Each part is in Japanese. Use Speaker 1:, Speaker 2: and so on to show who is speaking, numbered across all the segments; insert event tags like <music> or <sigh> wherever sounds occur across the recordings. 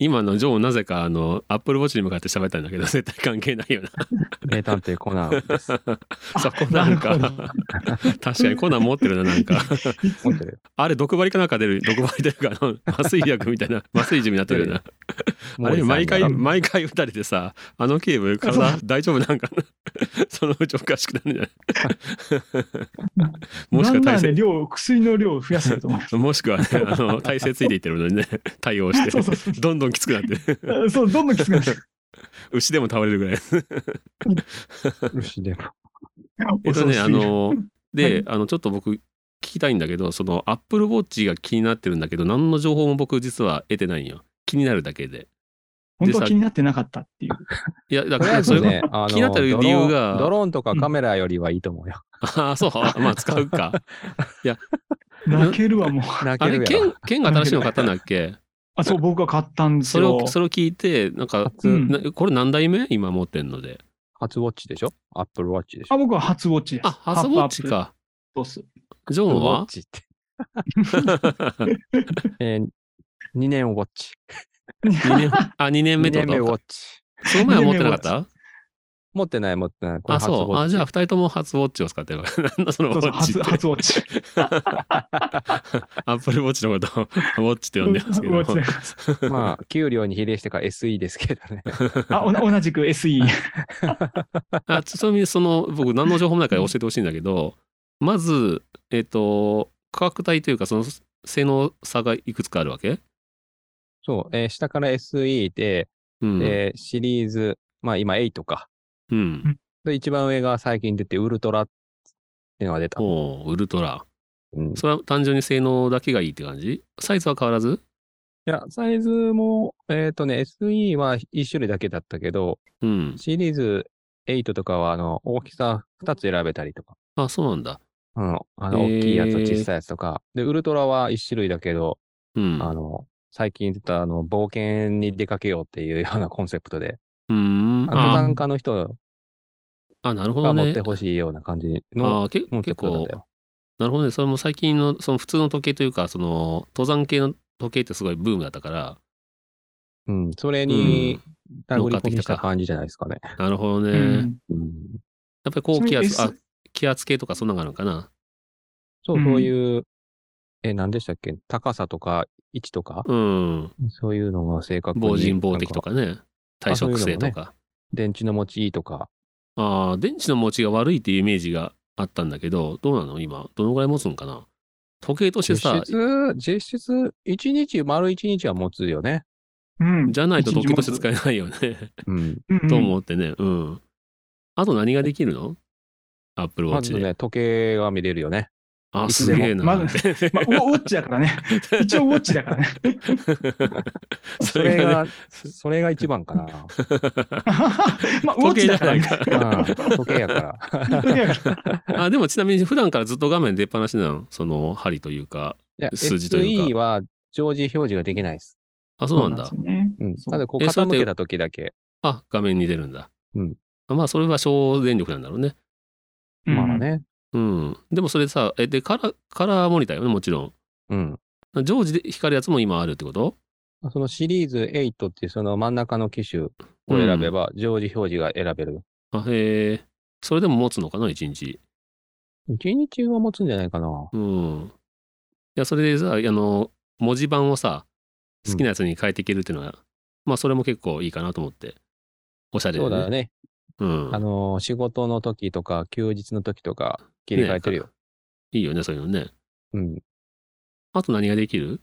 Speaker 1: 今のジョーをなぜかあの、アップルウォッチに向かって喋ったんだけど、絶対関係ないよな。
Speaker 2: 名探偵コナンです。
Speaker 1: <laughs> そう、コナンか
Speaker 3: なるほど。
Speaker 1: 確かにコナン持ってるな、なんか。
Speaker 3: いつ
Speaker 2: 持ってる。
Speaker 1: あれ、毒針かなんか出る、毒針出るか、あの、麻酔薬みたいな、麻酔銃になってるよな。あれ、毎回、
Speaker 2: モーリー
Speaker 1: 毎回撃たれてさ、あの警部、体大丈夫なんかな <laughs> そのうちおかしくなるんじゃない
Speaker 3: <laughs>
Speaker 1: もし
Speaker 3: な
Speaker 1: くは
Speaker 3: んな
Speaker 1: 体
Speaker 3: ら
Speaker 1: 勢
Speaker 3: ね、量、薬の量を増やして
Speaker 1: <laughs>
Speaker 3: ると思います。
Speaker 1: もしくはね、あの体勢ついていってるのにね、対応して
Speaker 3: そうそうそ、
Speaker 1: どんどんきつくなって、 <laughs>
Speaker 3: あそう、どんどんきつくなってる。
Speaker 1: 牛でも倒れるぐらい。
Speaker 2: さんが牛でも
Speaker 1: <laughs> えっとね、あの、で、
Speaker 3: はい
Speaker 1: あの、ちょっと僕、聞きたいんだけど、その、Apple Watch が気になってるんだけど、何の情報も僕、実は得てないんよ。気になるだけで。
Speaker 3: 本当は気になってなかったっていう。
Speaker 1: いや、だ
Speaker 2: と
Speaker 1: か
Speaker 2: りあえ
Speaker 1: ら、そ
Speaker 2: ず
Speaker 1: れが、
Speaker 2: ね、あの
Speaker 1: 気になってる理由が
Speaker 2: ドローンドローンとかカメラよりはいいと思うよ。
Speaker 1: <laughs> ああ、そう、 <laughs> あまあ、使うか。
Speaker 3: 泣けるわ、もう。
Speaker 2: 泣
Speaker 1: あ
Speaker 2: け <laughs>
Speaker 1: れ、
Speaker 2: るや
Speaker 1: 剣
Speaker 2: ろ。、
Speaker 1: 剣が新しいの買ったんだっ
Speaker 2: <laughs>
Speaker 1: け
Speaker 3: あ、そう、僕が買ったんです
Speaker 1: それ
Speaker 3: よ
Speaker 1: を、。それを聞いて、なんか、
Speaker 3: うん
Speaker 1: なこれ何代目今持ってんので。
Speaker 2: 初ウォッチでしょアップルウォッチでしょ
Speaker 3: あ、僕は初ウォッチです。
Speaker 1: あ、ハスウォッチ
Speaker 3: アッ
Speaker 1: か。
Speaker 3: プアップそうっす
Speaker 1: ジョ
Speaker 2: アップ
Speaker 1: ン
Speaker 2: ルウォ
Speaker 1: は
Speaker 2: ッチって。
Speaker 1: <laughs>
Speaker 2: えー、2年ウォッチ。
Speaker 1: ?2 年、あ、2年目
Speaker 2: 2
Speaker 1: って
Speaker 2: 年目ウ
Speaker 1: こ
Speaker 2: ォ
Speaker 1: と
Speaker 2: ッチ。
Speaker 1: その前は持ってなかった
Speaker 2: 持ってない持ってない。これ
Speaker 1: あ、
Speaker 2: 初ウォッ
Speaker 1: そう。
Speaker 2: チ
Speaker 1: あ、じゃあ、二人とも初ウォッチを使ってる <laughs> わ。なんだそのウォ
Speaker 3: そうそう
Speaker 1: ッチっ
Speaker 3: 初
Speaker 1: て。
Speaker 3: 初ウォッチ。
Speaker 1: アップルウォッチのことをウォッチって呼んでますけ
Speaker 3: ウォッチ
Speaker 1: ど。
Speaker 3: です
Speaker 2: まあ、給料に比例してから SE ですけど
Speaker 1: <laughs>
Speaker 2: ね。
Speaker 3: あ、おな同じく SE。
Speaker 1: あちなみに、その、僕、何の情報もないから教えてほしいんだけど、まず、えっ、と、価格帯というか、その、性能差がいくつかあるわけ
Speaker 2: そう、えー下から SE で、
Speaker 1: うん。
Speaker 2: えーシリーズ、まあ今8か。
Speaker 1: うん。
Speaker 2: で、一番上が最近出て、ウルトラっていうのが出た。
Speaker 1: おーウルトラ。
Speaker 2: うんい
Speaker 1: それは単純に性能だけがいいって感じサイズは変わらず
Speaker 2: や、サイズも、えっ、とね、SE は1種類だけだったけど、
Speaker 1: うん。
Speaker 2: シリーズ8とかは、あの、大きさ2つ選べたりとか、
Speaker 1: あ、そうなんだ。
Speaker 2: うん、あの、
Speaker 1: へー
Speaker 2: 大きいやつと小さいやつとか、で、ウルトラは1種類だけど、
Speaker 1: うん。
Speaker 2: あ
Speaker 1: う
Speaker 2: の、最近出た、あの、冒険に出かけようっていうようなコンセプトで、
Speaker 1: ーん。
Speaker 2: 登
Speaker 1: あ、
Speaker 2: 山家の人
Speaker 1: あなるほど
Speaker 2: が持っ
Speaker 1: ね
Speaker 2: て。ほしいような感じの
Speaker 1: あーけ
Speaker 2: コンセ
Speaker 1: 結
Speaker 2: プトだっ
Speaker 1: 構
Speaker 2: たよ。
Speaker 1: なるほどね。それも最近の、その普通の時計というか、その、登山系の時計ってすごいブームだったから、
Speaker 2: うん、それ
Speaker 1: う
Speaker 2: に
Speaker 1: ん、
Speaker 2: たぐり
Speaker 1: 乗っか
Speaker 2: 込みし
Speaker 1: ってきた
Speaker 2: た
Speaker 1: か
Speaker 2: 感じじゃないですかね。
Speaker 1: なるほどね。
Speaker 3: う
Speaker 1: やっ
Speaker 3: ん
Speaker 2: うん
Speaker 1: ぱり高
Speaker 3: それ
Speaker 1: 気圧、
Speaker 3: S
Speaker 1: あ、気圧計とかそんなのがあるのかな。
Speaker 2: そう、
Speaker 3: うん
Speaker 2: そういう、え、何でしたっけ高さとか、位置とか、
Speaker 1: うん。
Speaker 2: そういうのが正確に。
Speaker 1: 防塵防滴と
Speaker 2: なん。
Speaker 1: かね。耐食性とか。
Speaker 2: 電池の持ちいいとか。
Speaker 1: ああ、電池の持ちが悪いっていうイメージがあったんだけど、どうなの今。どのぐらい持つのかな時計として
Speaker 2: 実
Speaker 1: さ、
Speaker 2: 質、実質、一日、丸一日は持つよね。
Speaker 3: うん
Speaker 1: じゃないと時計として
Speaker 3: え
Speaker 1: 使えないよね。 <laughs>
Speaker 2: うん。
Speaker 3: る
Speaker 1: と思ってね。うん。あと何ができるのアップルウォ
Speaker 2: ま
Speaker 1: ッチ
Speaker 2: ず
Speaker 1: で。
Speaker 2: ね、時計が見れるよね。
Speaker 1: あ、
Speaker 2: いつ
Speaker 1: す
Speaker 2: でも
Speaker 1: げえな。 <laughs>
Speaker 3: まずまあ、ウォウォッチだからね。一応ウォッチだからね。
Speaker 1: そ
Speaker 2: そ
Speaker 1: れ
Speaker 2: れ
Speaker 1: がね、 <laughs>
Speaker 2: が、それが一番かな。
Speaker 3: まあ、ウォッチだからね。
Speaker 2: うん時計やから。
Speaker 3: <laughs> 時計だから
Speaker 1: あでもちなみに普段からずっと画面出っ放しなのその針というか
Speaker 2: いや
Speaker 1: <laughs> 数字というか
Speaker 2: SE は、常時表示ができないです。
Speaker 1: あそうなんだ
Speaker 3: ですよね
Speaker 2: うん。
Speaker 3: そう
Speaker 2: ただ、こう、
Speaker 1: えそれって
Speaker 2: 傾けた時だけ。
Speaker 1: あ画面に出るんだ
Speaker 2: うん
Speaker 1: あまあそれは省電力なんだろうね
Speaker 3: うん
Speaker 2: まあね。
Speaker 1: うんでもそれさえでカラーカラーモニターよねもちろ
Speaker 2: うん。
Speaker 1: ん常時で光るやつも今あるってこと
Speaker 2: そのシリーズ8っていうその真ん中の機種を選べば、常時表示が選べる。
Speaker 1: あへえそれでも持つのかな一日
Speaker 2: 一日は持つんじゃないかな。
Speaker 1: うんいやそれでさあの文字盤をさ好きなやつに変えていけるっていうのは、まあそれも結構いいかなと思っておしゃれで
Speaker 2: そうだね。
Speaker 1: うん
Speaker 2: あのー、仕事の時とか、休日の時とか、切り替えてるよ。
Speaker 1: いいよねそういうのね
Speaker 2: うん。
Speaker 1: あと何ができる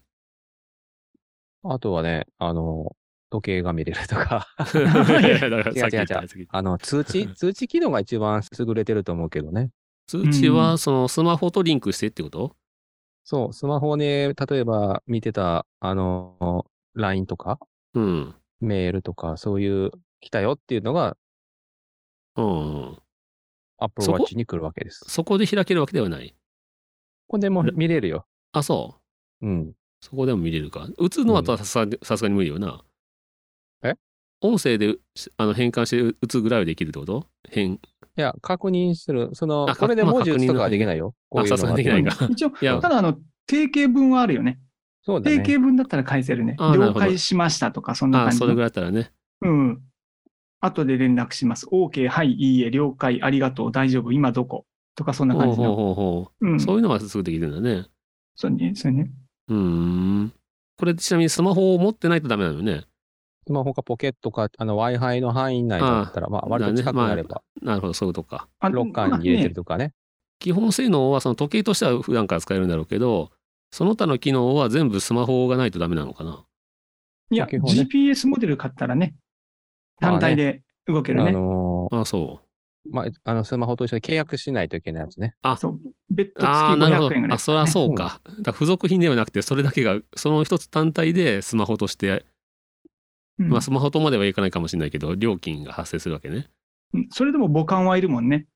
Speaker 2: あとはね、あのー、時計が見れるとか、
Speaker 1: <laughs>
Speaker 2: <laughs>
Speaker 1: い <laughs> やいやだからさっき言った
Speaker 2: 違う違う違う
Speaker 1: やつ聞いて
Speaker 2: あの、通知、通知機能が一番優れてると思うけどね。
Speaker 1: 通知
Speaker 3: う
Speaker 1: は
Speaker 3: ん
Speaker 1: そのスマホとリンクしてってこと
Speaker 2: そう、スマホね、例えば見てた、あのー、LINE とか、
Speaker 1: うん。
Speaker 2: メールとか、そういう来たよっていうのが
Speaker 1: うん。
Speaker 2: Apple
Speaker 1: そこ
Speaker 2: Watch に来るわけです。こ
Speaker 1: そこで開けるわけではない。
Speaker 2: こでも見れるよ。
Speaker 1: あ、そう。
Speaker 2: うん。
Speaker 1: そこでも見れるか。打つのはさすがにさすがに無理よな。
Speaker 2: え
Speaker 1: 音声であの変換して打つぐらいはできるってこと変。
Speaker 2: いや、確認する。その
Speaker 1: あ、
Speaker 2: これで
Speaker 1: まあ
Speaker 2: 文字打つ
Speaker 1: 確
Speaker 2: とか
Speaker 1: 認の
Speaker 2: はできないよ。こういう
Speaker 1: あさ
Speaker 2: の
Speaker 1: すが
Speaker 2: は
Speaker 1: にできないか。
Speaker 3: 一応、
Speaker 1: いや
Speaker 3: ただあの、定型文はあるよね。
Speaker 2: そうだ
Speaker 3: 定
Speaker 2: ね。
Speaker 3: 型文だったら返せるね。
Speaker 1: あなるほど
Speaker 3: 了解しましたとか、そんな
Speaker 1: あ、
Speaker 3: 感じ
Speaker 1: そ。れぐらいだったらね。
Speaker 3: うん。後で連絡します。OK、はい、いいえ、了解、ありがとう、大丈夫、今どことか、そんな
Speaker 1: ほ
Speaker 3: 感
Speaker 1: う
Speaker 3: じ
Speaker 1: ほう
Speaker 3: の。
Speaker 1: ほうほ
Speaker 3: う
Speaker 1: う。
Speaker 3: ん。
Speaker 1: そ
Speaker 3: そう
Speaker 1: い
Speaker 3: う
Speaker 1: うのはすぐできるんだね。
Speaker 3: ね、そうね。
Speaker 1: うーん。これちなみにスマホを持ってないとダメなのよね。
Speaker 2: スマホかポケットか、あの、Wi-Fi の範囲内だったら、まあ、割と近くなれば、
Speaker 1: なるほど、そういうことか。
Speaker 3: あ
Speaker 2: ロッカーに入れてる
Speaker 3: ま
Speaker 2: とかね。
Speaker 1: 基本性能はその時計としては普段から使えるんだろうけど、その他の機能は全部スマホがないとダメなのかな。
Speaker 3: あねいや、
Speaker 2: 基本ね
Speaker 3: GPS モデル買ったらね、
Speaker 2: まあ
Speaker 3: 単
Speaker 2: ね
Speaker 3: 体で動ける
Speaker 2: あ
Speaker 3: ね。
Speaker 2: のー
Speaker 1: あ、そう。
Speaker 2: まあ、あの、スマホと一緒に契約しないといけないやつね。
Speaker 3: そう、ベッド付き
Speaker 1: ああ、なるほ
Speaker 3: 500円ぐら
Speaker 1: ど。
Speaker 3: い。
Speaker 1: あ、そりゃそうか。だから付属品ではなくて、それだけが、その一つ単体でスマホとして、
Speaker 3: うん
Speaker 1: まあスマホとまではいかないかもしれないけど、料金が発生するわけね。
Speaker 3: うんそれでも母艦はいるもんね。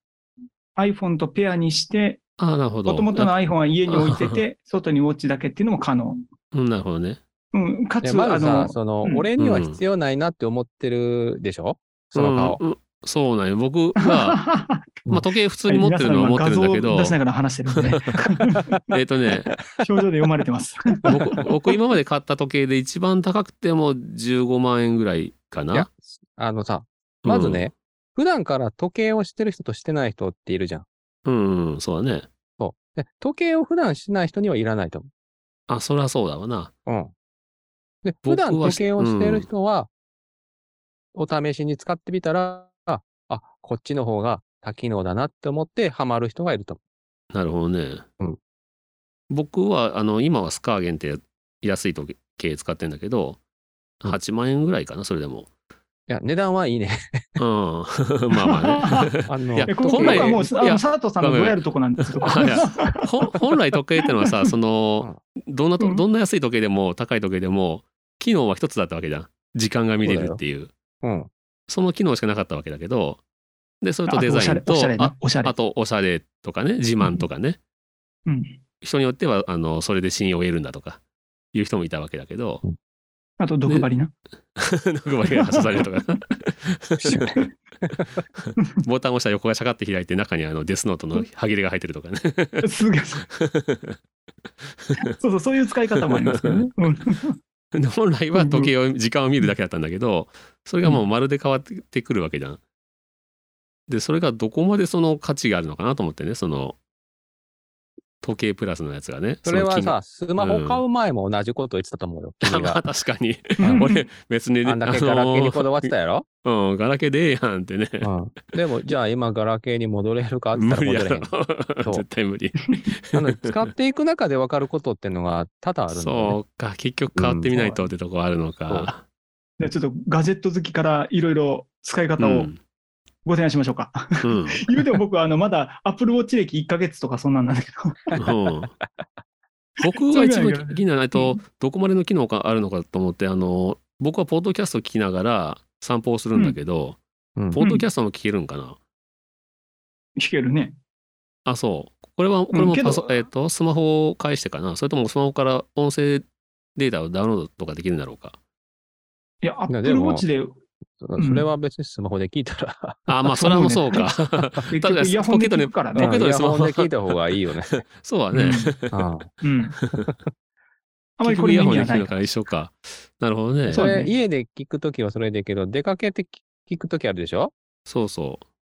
Speaker 3: iPhone とペアにして、
Speaker 1: ああ、なるほど。
Speaker 3: もともとの iPhone は家に置いて
Speaker 1: <laughs>
Speaker 3: て、外にウォッチだけっていうのも可能。
Speaker 1: うん、なるほどね。
Speaker 3: うん、か
Speaker 2: で、
Speaker 3: つ、
Speaker 2: ま
Speaker 3: あ
Speaker 2: ずさ
Speaker 3: の、、
Speaker 2: その
Speaker 3: う、ん
Speaker 2: 俺には必要ないなって思ってるでしょその顔。
Speaker 1: うんうんそうなんよ。僕は、
Speaker 2: <laughs>
Speaker 3: <laughs>
Speaker 1: まあ時計普通に持ってるのは持ってるんだけど
Speaker 3: 皆、さん今画像を出しながら話してるんでね、
Speaker 1: <laughs> えっとね、
Speaker 3: 表情で読まれてます。
Speaker 1: 僕、僕今まで買った時計で一番高くても15万円ぐらいか
Speaker 2: いや
Speaker 1: な。
Speaker 2: あのさ、まずね、普段から時計をしてる人としてない人っているじゃん。
Speaker 1: うん。うん、うん、そうだね。
Speaker 2: そう。で、時計を普段しない人にはいらないと思
Speaker 1: あ、そりゃそうだわな。
Speaker 2: う。うん。で、
Speaker 1: 僕
Speaker 2: 普
Speaker 1: は
Speaker 2: 段時計をしてる人は、お試しに使ってみたら、あ、こっちの方が多機能だなって思ってハマる人がいると思
Speaker 1: なるほどね。
Speaker 2: うん
Speaker 1: 僕は、あの、今はスカー限定安い時計使ってんだけど、
Speaker 2: うん
Speaker 1: 8万円ぐらいかな、それでも。
Speaker 2: う。いや、値段はいいね。
Speaker 1: うん。 <laughs> まあまあね。
Speaker 2: <laughs> あの
Speaker 1: いや
Speaker 3: えこ
Speaker 1: 時
Speaker 3: こ
Speaker 1: 計
Speaker 3: こはもう、あ
Speaker 1: いや
Speaker 3: の佐藤さんのどうやるとこなんですけど。
Speaker 1: いやほ <laughs> 本来時計ってのはさ、その、どんなと、
Speaker 3: うん
Speaker 1: どんな安い時計でも高い時計でも、機能は一つだったわけじゃん。時間が見れるっていう。
Speaker 2: うん。
Speaker 1: その機能しかなかったわけだけど、で、それと
Speaker 3: あ
Speaker 1: デ
Speaker 3: とお
Speaker 1: ザ
Speaker 3: しゃ
Speaker 1: イ
Speaker 3: れ
Speaker 1: ン、と
Speaker 3: おしゃれ、ね
Speaker 1: あ、
Speaker 3: おしゃれ
Speaker 1: あ。とおしゃれとかね、自慢とかね、
Speaker 3: うん
Speaker 1: 人によっては、あの、それで信用を得るんだとか、いう人もいたわけだけ
Speaker 3: <laughs>
Speaker 1: ど、 <laughs>
Speaker 3: あと、毒針な。
Speaker 1: 毒針が発射されるとかボタンを押したら横がシャカって開いて中にあのデスノートの歯切れが入ってるとかね
Speaker 3: <laughs> すげえそうそう、そういう使い方もあります
Speaker 1: <laughs>
Speaker 3: けどね。うん
Speaker 1: で本来は時計を時間を見るだけだったんだけどそれがもうまるで変わってくるわけじゃん。でそれがどこまでその価値があるのかなと思ってねその時計プラスのやつがね。
Speaker 2: それは
Speaker 1: の
Speaker 2: さ、スマホ買う前も同じこと言ってたと思うよ、
Speaker 1: 金
Speaker 2: 君
Speaker 1: <laughs> がま
Speaker 2: が
Speaker 1: あ。確か
Speaker 2: <laughs>
Speaker 1: に
Speaker 3: うん
Speaker 1: 俺別にね
Speaker 2: あんだけガラケーにこだわってたやろ、
Speaker 1: あのうんガラケーでええやんってね。
Speaker 2: うん、 <laughs> でも、じゃあ今ガラケーに戻れるかって言っ
Speaker 1: 無
Speaker 2: たら
Speaker 1: 理
Speaker 2: 戻
Speaker 1: や
Speaker 2: れへ
Speaker 1: ろ。 <laughs>
Speaker 2: んそう
Speaker 1: 絶対無理。
Speaker 2: なので使っていく中で分かることっていうのが多々あるんだよね。
Speaker 1: そうか結局変わってみないとってとこあるのか。
Speaker 3: じゃあちょっとガジェット好きからいろいろ使いう方を
Speaker 2: <laughs>
Speaker 1: ん
Speaker 3: ご提案しましょうか。
Speaker 1: うん
Speaker 3: 言うても僕はあのまだ Apple Watch 歴1ヶ月とかそんなんなんだけど。 <laughs>
Speaker 1: うん僕が一
Speaker 3: それぐらい
Speaker 1: 番
Speaker 3: が
Speaker 1: 気にならないとどこまでの機能があるのかと思ってあの僕はポッドキャスト聞きながら散歩をするんだけど、
Speaker 2: うん
Speaker 1: ポッドキャストも聞けるんかな、
Speaker 3: 弾けるね。
Speaker 1: あそうこれはこれも
Speaker 3: けど
Speaker 1: パソ、えっとスマホを返してかなそれともスマホから音声データをダウンロードとかできるんだろうか
Speaker 3: いや、
Speaker 2: や
Speaker 3: Apple
Speaker 2: でも
Speaker 3: Watch で
Speaker 2: そ
Speaker 3: ん
Speaker 2: それは別にスマホで聞いたら、
Speaker 1: あまあそれもそうか
Speaker 3: <laughs> 結
Speaker 1: ただ
Speaker 3: 局イヤホン
Speaker 1: ポケ
Speaker 3: で
Speaker 1: ットに
Speaker 3: 聞くから
Speaker 1: ポケ
Speaker 3: ね
Speaker 1: ッ。ト
Speaker 2: イ
Speaker 1: で
Speaker 2: ヤ
Speaker 1: スマホ
Speaker 2: ホンで聞いた方がい
Speaker 1: <laughs>
Speaker 2: いよね。
Speaker 1: そうはね、
Speaker 2: うん
Speaker 3: うん。あまり
Speaker 1: 結局
Speaker 3: これ
Speaker 1: イ
Speaker 3: 意
Speaker 1: ヤホン
Speaker 3: 味
Speaker 1: で
Speaker 3: は
Speaker 1: 聞
Speaker 3: な
Speaker 1: く
Speaker 3: い
Speaker 1: の
Speaker 3: か
Speaker 1: から一緒かなるほどね
Speaker 2: そ
Speaker 1: そ
Speaker 3: そうう
Speaker 2: れ、家で聞くときはそれでいいけど、出かけて聞くときあるでしょ、
Speaker 1: そ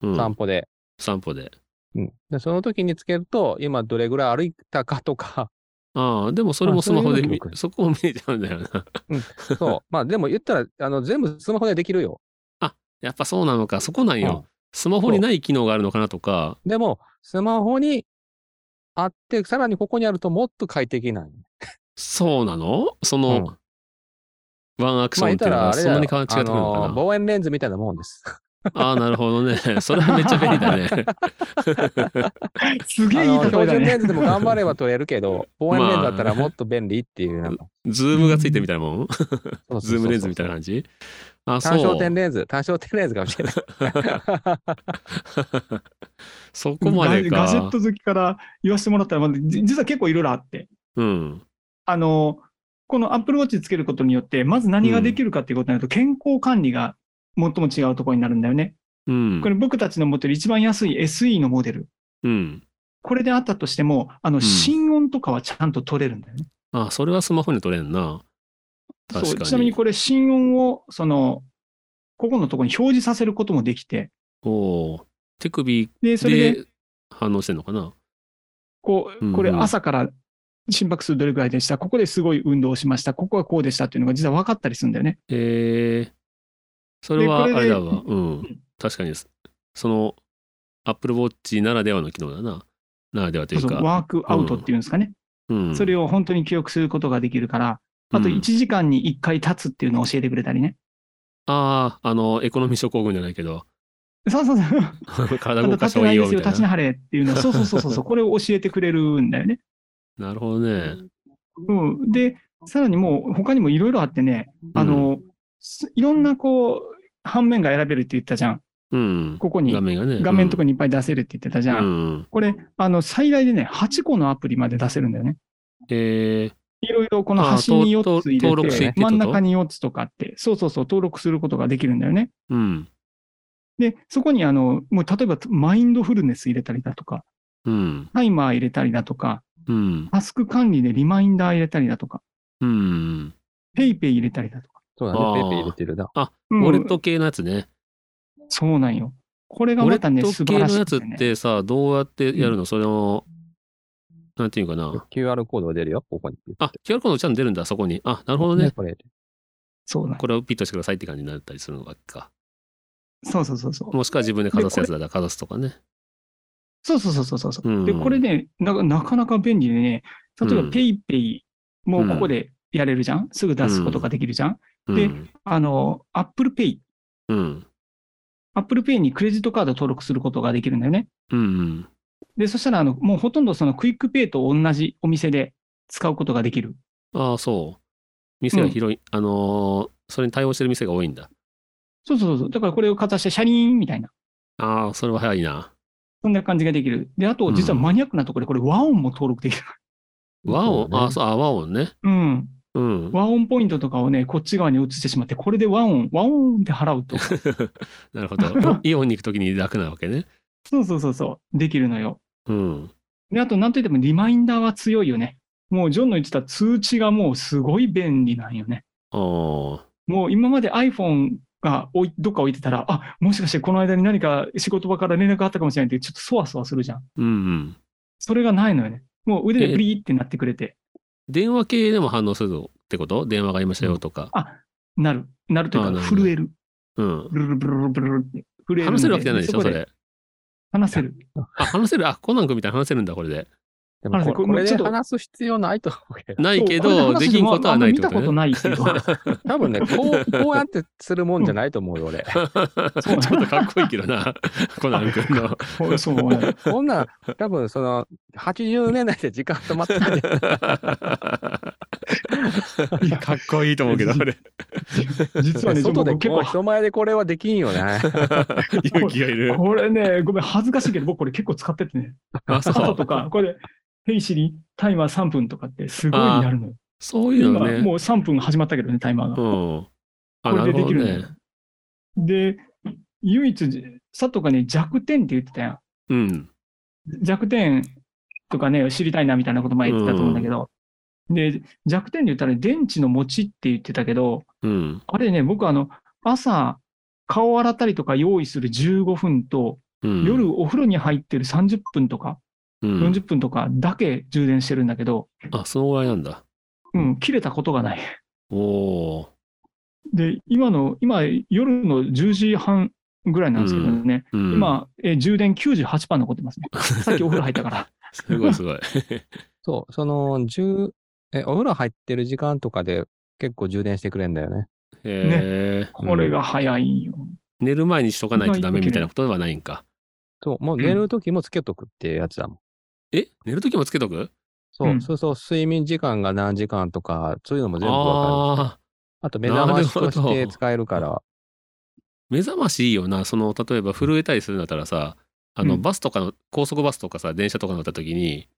Speaker 1: ううん
Speaker 2: 散歩で。
Speaker 1: 散歩で
Speaker 2: うんでその時につけると、今どれぐらい歩いたか
Speaker 1: <laughs>
Speaker 2: とか、
Speaker 1: ああでもそれもスマホで見
Speaker 2: あそれも聞く
Speaker 1: そこも見えちゃうんだよな
Speaker 2: そう。まあでも言ったら、あの、全部スマホでできるよ。
Speaker 1: やっぱそうなのか、そこなんよ。
Speaker 2: うん
Speaker 1: スマホにない機能があるのかなとか、
Speaker 2: でも、スマホにあって、さらにここにあるともっと快適なんよ
Speaker 1: そうなのその、ワンアクシ
Speaker 2: まあ
Speaker 1: ョンっい
Speaker 2: 言って
Speaker 1: う
Speaker 2: た
Speaker 1: の
Speaker 2: ら
Speaker 1: が
Speaker 2: あれ
Speaker 1: そん
Speaker 2: だ
Speaker 1: なに
Speaker 2: よ
Speaker 1: 変わ違って
Speaker 2: あ
Speaker 1: くるのかな。
Speaker 2: の望遠レンズみたいなもんです。
Speaker 1: ああ、なるほどね。
Speaker 2: <laughs>
Speaker 1: それはめっちゃ便利だね。
Speaker 3: すげえいい
Speaker 2: あの
Speaker 3: 例え
Speaker 2: 標
Speaker 3: だ
Speaker 2: 準レ
Speaker 3: ね
Speaker 2: ン。ズでも頑張れば取れるけど、望遠レンズだったらもっと便利って
Speaker 1: <laughs>
Speaker 2: いう、なんか
Speaker 1: ズームがついてるみたいなもん
Speaker 2: そうそうそう
Speaker 1: ズ
Speaker 2: そう
Speaker 1: ームレンズみたいな感じあ、
Speaker 2: 単焦
Speaker 1: そう。
Speaker 2: 点レンズ、単焦点レンズかもしれない。
Speaker 1: <laughs> そこま
Speaker 3: ガ
Speaker 1: で
Speaker 3: ジ
Speaker 1: か。
Speaker 3: ガジェット好きから言わせてもらったら、まあじ実は結構いろいろあって。
Speaker 1: うん。
Speaker 3: あの、この Apple Watch つけることによって、まず何ができるかっていうことになると、健康管理が最も違うところになるんだよね。
Speaker 1: うん
Speaker 3: こ。れ僕たちの持ってる一番安い SE のモデル。
Speaker 1: うん。
Speaker 3: これであったとしても、あの、
Speaker 1: ん
Speaker 3: 心音とかはちゃんと取れるんだよね。
Speaker 1: あ、それはスマホに撮れんな。確か
Speaker 3: そう
Speaker 1: に。
Speaker 3: ちなみにこれ、心音を、その、ここのところに表示させることもできて、
Speaker 1: おー手首
Speaker 3: で、それで
Speaker 1: で反応してんのかな
Speaker 3: こ
Speaker 1: うんう
Speaker 3: う、
Speaker 1: ん
Speaker 3: これ朝から心拍数どれくらいでした、ここですごい運動をしました、ここはこうでしたっていうのが実は分かったりするんだよね。
Speaker 1: えー、それはあ
Speaker 3: でこれで
Speaker 1: れだわ。
Speaker 3: う
Speaker 1: うん。確かにです。その、Apple Watch ならではの機能だな。ならではという
Speaker 3: そうそう
Speaker 1: か。
Speaker 3: ワークアウトっていうんですかね。
Speaker 1: うん。
Speaker 3: それを本当に記憶することができるから、あと
Speaker 1: うん
Speaker 3: 1時間に1回立つっていうのを教えてくれたりね。
Speaker 1: ああ、あの、エコノミー症候群じゃないけ
Speaker 3: <laughs>
Speaker 1: ど、
Speaker 3: そ
Speaker 1: <laughs>
Speaker 3: うそうそう。
Speaker 1: 体
Speaker 3: ただ
Speaker 1: 動かした方
Speaker 3: 立て
Speaker 1: が
Speaker 3: ない
Speaker 1: いい
Speaker 3: いで
Speaker 1: よ
Speaker 3: すよ、
Speaker 1: みたい
Speaker 3: 立ちな
Speaker 1: な。
Speaker 3: はれってい
Speaker 1: <laughs>
Speaker 3: うのは、そうそうそうそうそう、これを教えてくれるんだよね。
Speaker 1: なるほどね。
Speaker 3: うん、で、さらにもう他にもいろいろあってね、あの、すいろんなこう、反面が選べるって言ったじゃん。
Speaker 1: うん。
Speaker 3: ここに
Speaker 1: 画、面がね。
Speaker 3: 画面とか
Speaker 1: に
Speaker 3: にいっぱい出せるって言ってたじゃ。
Speaker 1: うんん。
Speaker 3: これ、あの、最大でね、8個のアプリまで出せるんだよね。
Speaker 1: えー、
Speaker 3: いろいろこの
Speaker 1: あ
Speaker 3: 端に
Speaker 1: と
Speaker 3: 4
Speaker 1: と
Speaker 3: つ入
Speaker 1: 登
Speaker 3: れ
Speaker 1: 録
Speaker 2: してい
Speaker 3: て
Speaker 1: っ、てこと
Speaker 3: 真ん中に4つとかあって、そうそうそう、登録することができるんだよね。
Speaker 1: うん。
Speaker 3: で、そこにあの、もう例えばマインドフルネス入れたりだとか、
Speaker 1: うん。
Speaker 3: タイマー入れたりだとか、
Speaker 1: うん。
Speaker 3: タスク管理でリマインダー入れたりだとか、
Speaker 1: うん。
Speaker 3: ペイペイ入れたりだとか。
Speaker 2: そうだ
Speaker 1: あー
Speaker 2: ね、ペーペー入れてるな。
Speaker 3: う
Speaker 1: ウ
Speaker 3: ん
Speaker 1: ォレット系のやつね。
Speaker 3: そうなんよ。これ
Speaker 1: ウ
Speaker 3: が
Speaker 1: ォレ
Speaker 3: またね、
Speaker 1: ッ
Speaker 3: 素
Speaker 1: ト系
Speaker 3: 晴ら
Speaker 1: の
Speaker 3: し
Speaker 1: や
Speaker 3: く
Speaker 1: つ
Speaker 3: て、
Speaker 1: っ
Speaker 3: ね。
Speaker 1: てさ、どうやってやるのそれの、なんていうかな。
Speaker 2: QR コードが出るよ、ここに。
Speaker 1: あ、QR コードちゃんと出るんだ、そこに。あ、なるほどね。
Speaker 2: これ。
Speaker 3: そうなん
Speaker 1: これをピッとしてくださいって感じになったりするのがか。
Speaker 3: そうそうそうそう。
Speaker 1: もしくは自分でかざすやつだったらかざすとかね。
Speaker 3: そうそうそうそうそう。
Speaker 1: うん
Speaker 3: で、これねな、なかなか便利でね、例え
Speaker 1: う
Speaker 3: ば
Speaker 1: ん
Speaker 3: ペイペイもうここでやれるじゃん、すぐ出すことができるじゃん、で
Speaker 1: うん
Speaker 3: あの、Apple Pay。
Speaker 1: うん。
Speaker 3: Apple Pay にクレジットカード登録することができるんだよね。
Speaker 1: うん。
Speaker 3: で、そしたら、あの、もうほとんどそのクイックペイと同じお店で使うことができる。
Speaker 1: ああ、そう。店が広い。あのーそれに対応してる店が多いんだ。
Speaker 3: そうそうそう。だからこれをかざして、シャリーンみたいな。
Speaker 1: ああ、それは早いな。
Speaker 3: そんな感じができる。で、あと、
Speaker 1: うん
Speaker 3: 実はマニアックなところで、これ和音も登録できる。
Speaker 1: 和音、
Speaker 2: そうね
Speaker 1: あそう、あ、和音ね。
Speaker 3: うん。
Speaker 1: うん。
Speaker 3: 和音ポイントとかをね、こっち側に移してしまって、これで和音、和音で払
Speaker 1: <laughs>
Speaker 3: うと。
Speaker 1: なるほど。イオンに行くときに楽なわけね。
Speaker 3: そうそうそうそう。できるのよ。
Speaker 1: うん。
Speaker 3: で、あと、なんといってもリマインダーは強いよね。もう、ジョンの言ってた通知がもうすごい便利なんよね。
Speaker 1: ああ、
Speaker 3: もう今まで iPhone が置いどっか置いてたら、あもしかしてこの間に何か仕事場から連絡があったかもしれないって、ちょっとそわそわするじゃん。
Speaker 1: うんうん。
Speaker 3: それがないのよね。もう腕
Speaker 1: え
Speaker 3: でブリーってなってくれて、
Speaker 1: 電話系でも反応するってこと電話がありましたよとか。
Speaker 3: あなる、なるとい
Speaker 1: あ
Speaker 3: う
Speaker 1: な
Speaker 3: か、
Speaker 1: る
Speaker 3: 震える。
Speaker 1: うん。
Speaker 3: ブルルブルルブルルって震えるの。
Speaker 1: 話せるわけじゃないでしょ、
Speaker 3: こ
Speaker 1: それ。
Speaker 3: 話せる。
Speaker 1: あ、話せる。あ、コナン君みたいに話せるんだ、これで。
Speaker 2: でも
Speaker 3: あ
Speaker 2: こ
Speaker 3: これ
Speaker 2: これ
Speaker 3: ちょ
Speaker 2: で
Speaker 3: っと
Speaker 2: 話す必要ないと思うけど。
Speaker 1: ないけ
Speaker 3: そうこれ
Speaker 1: ど、
Speaker 3: 話
Speaker 1: で
Speaker 3: して
Speaker 1: きん
Speaker 3: も
Speaker 1: ことはないってこ
Speaker 3: あんま見たことと
Speaker 1: ね。
Speaker 3: ないけど、
Speaker 2: <laughs> 多分 <laughs> ね、こう、こうやってするもんじゃないと思うよ、
Speaker 1: <laughs>
Speaker 2: 俺。
Speaker 1: ちょっとかっこいいけどな、コナン君
Speaker 3: <laughs>
Speaker 1: の。
Speaker 3: そうそうなの
Speaker 2: こん <laughs> なん、多分その、80年代で時間止まってたんじゃない
Speaker 1: かっこいいと思うけど、俺。
Speaker 3: 実
Speaker 2: <laughs>
Speaker 3: はね、
Speaker 2: 外で
Speaker 3: 僕
Speaker 2: こう、
Speaker 3: 結
Speaker 2: 人前でこれはできんよね。
Speaker 1: 勇気がいる
Speaker 3: 構、。これね、ごめん、恥ずかしいけど、僕これ結構使って
Speaker 1: <laughs>
Speaker 3: てね、
Speaker 1: あ、そ
Speaker 3: 朝
Speaker 1: う。
Speaker 3: とか、これ、ヘイシリ、タイマー3分とかって、すごいやるのよ。
Speaker 1: そういうの
Speaker 3: 今、
Speaker 1: ね。
Speaker 3: もう3分始まったけどね、タイマーが。
Speaker 1: うん。あ、
Speaker 3: こ
Speaker 1: な
Speaker 3: れ
Speaker 1: る
Speaker 3: でで
Speaker 1: ほど
Speaker 3: きるんだ
Speaker 1: ね
Speaker 3: よ。で、唯一、佐藤がね、弱点って言ってたや
Speaker 1: うん。
Speaker 3: ん。弱点とかね、知りたいなみたいなこと前言ってたと思うんだけど、で、弱点で言ったら、電池の持ちって言ってたけど、
Speaker 1: うん。
Speaker 3: あれね、僕、あの、朝、顔洗ったりとか用意する15分と、
Speaker 1: うん、
Speaker 3: 夜お風呂に入ってる30分とか、
Speaker 1: うん、
Speaker 3: 40分とかだけ充電してるんだけど、
Speaker 1: あ、そのぐらいなんだ。
Speaker 3: うん、切れたことがない。
Speaker 1: おお
Speaker 3: で、今の、今、夜の10時半ぐらいなんですけどね、
Speaker 1: ー。うん、
Speaker 3: 今、えー充電98%残ってま
Speaker 1: <laughs>
Speaker 3: すね。さっきお風呂入ったから。
Speaker 1: すごいすごい。
Speaker 2: <laughs>
Speaker 3: <laughs>
Speaker 2: そう、その、十え、お風呂入ってる時間とかで結構充電してくれんだよね。
Speaker 1: へえ、
Speaker 3: これが早いんよ。
Speaker 1: 寝る前にしとかないとダメみたいなことはないんか。
Speaker 2: そう、もう寝るときもつけとくってやつだもん。
Speaker 1: え寝るときもつけとく
Speaker 2: そう、
Speaker 3: うん
Speaker 2: そうそう、睡眠時間が何時間とか、そういうのも全部わかる。
Speaker 1: ああー、
Speaker 2: あと、目覚ましとし
Speaker 1: なる
Speaker 2: て
Speaker 1: ほど
Speaker 2: 使えるから。
Speaker 1: 目覚ましいいよな。その、例えば震えたりするんだったらさ、あの、
Speaker 3: うん
Speaker 1: バスとかの、高速バスとかさ、電車とか乗ったときに、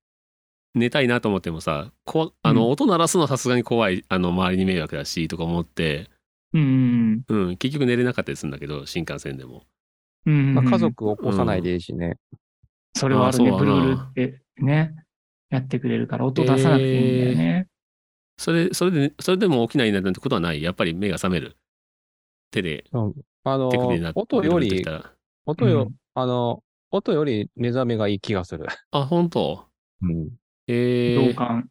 Speaker 1: 寝たいなと思ってもさ、こわあの、
Speaker 3: うん
Speaker 1: 音鳴らすのはさすがに怖い、あの、周りに迷惑だし、とか思って、
Speaker 3: うん。
Speaker 1: うん、結局寝れなかったりするんだけど、新幹線でも。
Speaker 3: うん。
Speaker 2: まあ、家族を起こさないでいいしね。
Speaker 3: それはある
Speaker 1: あ
Speaker 3: ね。
Speaker 1: ーそ
Speaker 3: ブ
Speaker 1: うだな
Speaker 3: ルールってね、やってくれるから音出さなくていいんだよね。
Speaker 1: それ、それで、それでも起きないなんてことはない。やっぱり目が覚める。手で、
Speaker 2: あの
Speaker 1: 手首でな、、
Speaker 2: 音よ
Speaker 1: ベトベトし
Speaker 2: り
Speaker 1: た、ら
Speaker 2: 音よ、
Speaker 3: うん
Speaker 2: あの、音より目覚めがいい気がする。
Speaker 1: あ、本当
Speaker 2: うん。
Speaker 1: え
Speaker 3: 同
Speaker 1: ー、
Speaker 3: 感。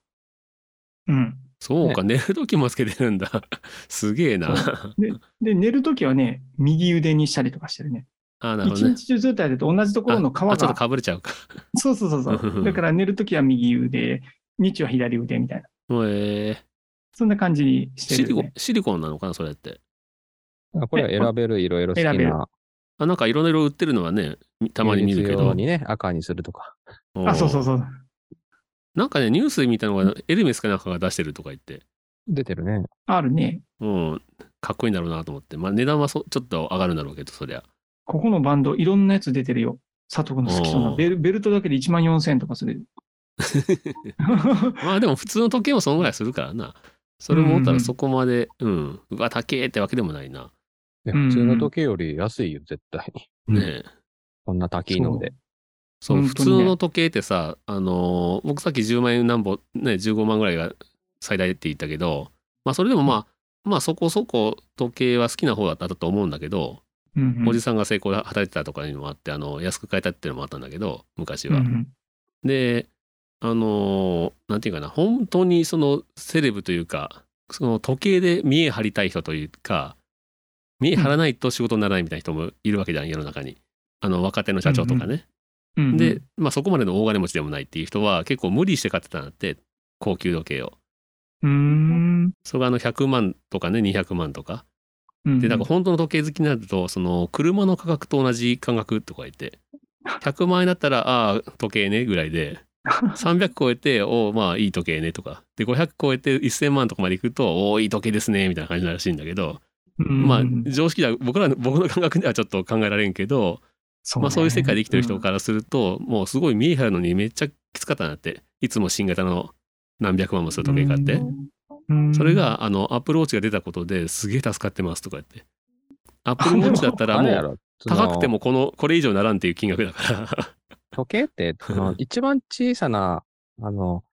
Speaker 3: うん。
Speaker 1: そうか、寝るときもつけてるんだ。 <laughs> すげえな。
Speaker 3: で、寝るときはね、右腕にしたりとかしてるね。
Speaker 1: あ、なるほ
Speaker 3: 一
Speaker 1: どね。
Speaker 3: 日中ずっとやってると同じところの皮
Speaker 1: あ、ちょっと
Speaker 3: が。
Speaker 1: かぶれちゃうか。
Speaker 3: そうそうそうそう。だから寝るときは右腕、日は左腕みたいな。
Speaker 1: もうえー
Speaker 3: そんな感じにして
Speaker 1: シリ
Speaker 3: る、
Speaker 1: コン
Speaker 3: ね。、
Speaker 1: シリコンなのかな、それって。
Speaker 2: あこれは選べる、いろいろ好き
Speaker 3: 選べる
Speaker 2: な。
Speaker 1: あ、なんかいろんな色売ってるのはね、たまに見るけ
Speaker 2: 休日用
Speaker 1: ど。
Speaker 2: にね、赤にするとか。
Speaker 1: おー
Speaker 3: あ、そうそうそう。
Speaker 1: なんかね、ニュースみたいなのが、エルメスかなんかが出してるとか言って、
Speaker 2: 出てるね。
Speaker 3: あるね。
Speaker 1: うん、かっこいいんだろうなと思って。まあ、値段はそちょっと上がるんだろうけど、そりゃ。
Speaker 3: ここのバンド、いろんなやつ出てるよ。佐藤君の好きそう
Speaker 1: お
Speaker 3: な。
Speaker 1: ー
Speaker 3: ベルベルトだけで1万4000円とかする。
Speaker 1: まあでも普通の時計もそのぐらいするからな。それも思ったらそこまで、うん、うわ、高えってわけでもないな。
Speaker 2: いや
Speaker 3: うんうん
Speaker 2: 普通の時計より安いよ、絶対に。
Speaker 3: うん
Speaker 1: ねえ。
Speaker 2: こんな高いので。
Speaker 1: そう、
Speaker 3: 本
Speaker 1: 普
Speaker 3: 当
Speaker 1: 通
Speaker 3: にね
Speaker 1: の時計ってさ、あのー僕さっき10万円何本、ね、15万ぐらいが最大って言ったけど、まあそれでもまあ、まあそこそこ時計は好きな方だったと思うんだけど、
Speaker 3: うんうん
Speaker 1: おじさんが成功で働いてたとかにもあって、あの、安く買えたっていうのもあったんだけど、昔
Speaker 3: うん
Speaker 1: は。
Speaker 3: うん
Speaker 1: で、あのーなんていうかな、本当にそのセレブというか、その時計で見栄張りたい人というか、見栄張らないと仕事にならないみたいな人もいるわけじゃん、世の中に。あの、若手の社長とかね。
Speaker 3: うんうん
Speaker 1: で、まあそこまでの大金持ちでもないっていう人は結構無理して買ってたんだって、高級時計を。
Speaker 3: うーん。
Speaker 1: それがあの100万とかね、200万とか。
Speaker 3: うん
Speaker 1: で、なんか本当の時計好きになると、その車の価格と同じ感覚とか言
Speaker 3: <laughs>
Speaker 1: って、100万円だったら、ああ、時計ねぐらいで、300超えて、おお、まあいい時計ねとか。で、500超えて1000万とかまでいくと、おお、いい時計ですね、みたいな感じになるらしいんだけど、
Speaker 3: うん
Speaker 1: まあ常識では、僕らの、 <laughs> 僕の感覚ではちょっと考えられんけど、
Speaker 3: そう
Speaker 1: ま
Speaker 3: ね
Speaker 1: あそういう世界で生きてる人からすると、もうすごい見え張るのにめっちゃきつかったなって。いつも新型の何百万もする時計買って。
Speaker 3: うん
Speaker 1: それが、あの、アップルウォッチが出たことですげえ助かってますとか言って。アップルウォッチだったら
Speaker 2: あれや
Speaker 1: もう
Speaker 2: ろ
Speaker 1: 高くてもこの、これ以上ならんっていう金額だから。
Speaker 2: 時計って、
Speaker 1: <laughs>
Speaker 2: その一番小さな、あの、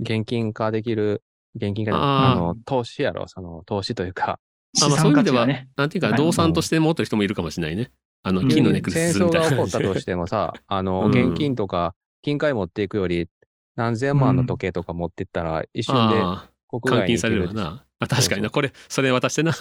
Speaker 2: 現金化できる、現金化で
Speaker 1: あ
Speaker 2: あ
Speaker 1: ー
Speaker 2: の、投資やろ、その、投資というか、
Speaker 3: 資
Speaker 1: あまあそうい
Speaker 3: 産
Speaker 1: う意
Speaker 3: 価
Speaker 1: 味で
Speaker 3: 値
Speaker 1: は
Speaker 3: がね。
Speaker 1: なんていうか、
Speaker 3: はい
Speaker 1: 動産として持ってる人もいるかもしれないね。あの、
Speaker 3: うん
Speaker 1: 金のネックレ
Speaker 2: 戦
Speaker 1: スみ
Speaker 2: 争
Speaker 1: た
Speaker 2: が
Speaker 1: い
Speaker 2: 起
Speaker 1: な
Speaker 2: こ
Speaker 1: 感
Speaker 2: っ
Speaker 1: じ
Speaker 2: た
Speaker 1: <laughs>
Speaker 2: と
Speaker 1: で。
Speaker 2: してもさ、あ
Speaker 1: う
Speaker 2: の、
Speaker 1: ん
Speaker 2: 現金とか、金塊持っていくより、何千万の時計とか持ってったら、一瞬で
Speaker 1: ああ、
Speaker 2: 国
Speaker 1: 換
Speaker 2: 外
Speaker 1: 金
Speaker 2: に行
Speaker 1: さ
Speaker 2: け
Speaker 1: れる
Speaker 2: る
Speaker 1: わ
Speaker 2: し。
Speaker 1: な。あ確かにな、これ、それ渡してな。あ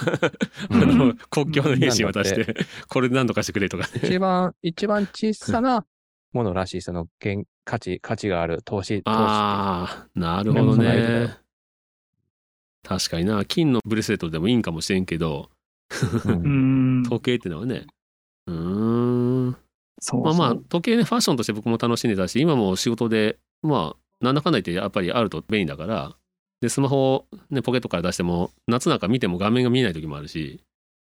Speaker 2: うん
Speaker 1: の、国境の兵士に渡し
Speaker 2: なん
Speaker 1: て、これ何とかしてくれとかね。<laughs>
Speaker 2: 一番、一番小さなものらしい、その、現価値、価値がある、投資、投資って。
Speaker 1: ああ、なるほど
Speaker 2: メモのない
Speaker 1: ね。確かにな、金のブレスレットでもいいんかもしれんけど、 <laughs>
Speaker 2: うん
Speaker 3: うん。
Speaker 1: 時計ってのはね。うーん。
Speaker 3: そう
Speaker 1: まあまあ
Speaker 3: そう、
Speaker 1: 時計ね、ファッションとして僕も楽しんでたし、今も仕事で、まあ、なんだかんだ言ってやっぱりあると便利だから、で、スマホを、ね、ポケットから出しても、夏なんか見ても画面が見えない時もあるし、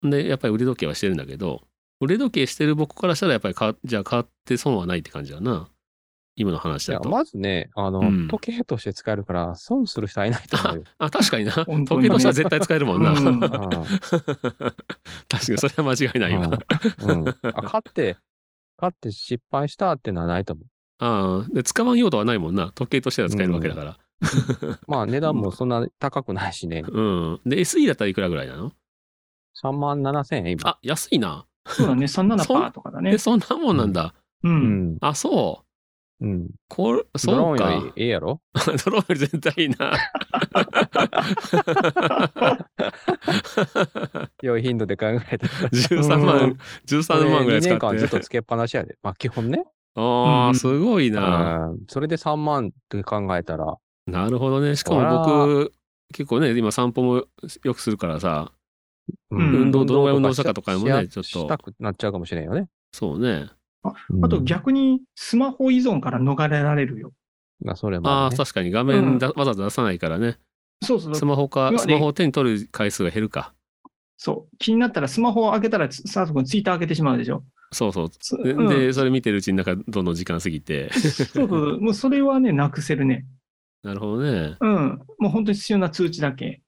Speaker 1: で、やっぱり腕時計はしてるんだけど、腕時計してる僕からしたら、やっぱり買うじゃあ買って損はないって感じだな。今の話
Speaker 2: いや
Speaker 1: だと。
Speaker 2: まずね、あの、
Speaker 1: うん
Speaker 2: 時計として使えるから、損する人はいない
Speaker 1: <laughs>
Speaker 2: と思うよ。
Speaker 1: あ、確かにな。
Speaker 3: 本当
Speaker 1: 時計
Speaker 3: にね
Speaker 1: としては絶対使えるもんな。
Speaker 3: う
Speaker 1: <laughs>
Speaker 3: ん
Speaker 1: 確かに、それは間違いないわ。
Speaker 2: うんうんあ勝って、勝って失敗したっていうのはないと思
Speaker 1: ああ、で、使わん用途はないもんな。時計としては使えるわけだから。
Speaker 2: う。まあ値段もそんな高くない
Speaker 1: <laughs>
Speaker 2: しね。
Speaker 1: うん。で、SE だったらいくらぐらいなの
Speaker 2: 3万7千円今。
Speaker 1: あ、安いな。
Speaker 3: そうだね。37%パーとかだね
Speaker 1: え、。そんなもんなんだ。
Speaker 3: う。
Speaker 2: うんん。
Speaker 1: あ、そう。
Speaker 2: うん。
Speaker 1: これ、
Speaker 2: ドロ
Speaker 1: そ
Speaker 2: ー
Speaker 1: う
Speaker 2: ン
Speaker 1: か
Speaker 2: よ。りいいやろ
Speaker 1: <laughs> ドローンより全体いい
Speaker 2: <laughs>
Speaker 1: な。
Speaker 2: 良い頻度で考えて。
Speaker 1: 13万、13万ぐらい使っ
Speaker 2: これ2年間ずっと
Speaker 1: て。
Speaker 2: つけっぱなしやで。まあ基本ね。
Speaker 1: ああ、すごいうな。
Speaker 2: ん。それで3万って考えたら、
Speaker 1: なるほどね。しかも僕、結構ね、今散歩もよくするからさ、
Speaker 3: うん
Speaker 1: 運動、どのぐらい運動したかとかも
Speaker 2: し
Speaker 1: ね、
Speaker 2: や
Speaker 1: ちょっ
Speaker 2: し
Speaker 1: と
Speaker 2: た。くなっちゃうかもしれんよね。
Speaker 1: そうね。
Speaker 3: あと逆にスマホ依存から逃れられるよ。
Speaker 2: うんまあ、それも
Speaker 1: あ
Speaker 2: あ
Speaker 1: あ、
Speaker 2: るね、
Speaker 1: 確かに画面だ、わざわざ出さないからね。
Speaker 3: そうそう
Speaker 1: ス
Speaker 3: そう。
Speaker 1: マホか
Speaker 3: 今、ね
Speaker 1: スマホを手に取る回数が減るか。
Speaker 3: そう気になったらスマホを開けたら、サート君ツイッター開けてしまうでしょ。
Speaker 1: そうそう。
Speaker 3: そ
Speaker 1: で、
Speaker 3: うん <laughs>
Speaker 1: でそれ見てるうちになんかどんどん時間過ぎて。 <laughs>
Speaker 3: そうそうそう。もうそれはね、なくせるね。
Speaker 1: なるほど
Speaker 2: <laughs>
Speaker 1: ね。
Speaker 3: うん。もう本当に必要な通知だけ。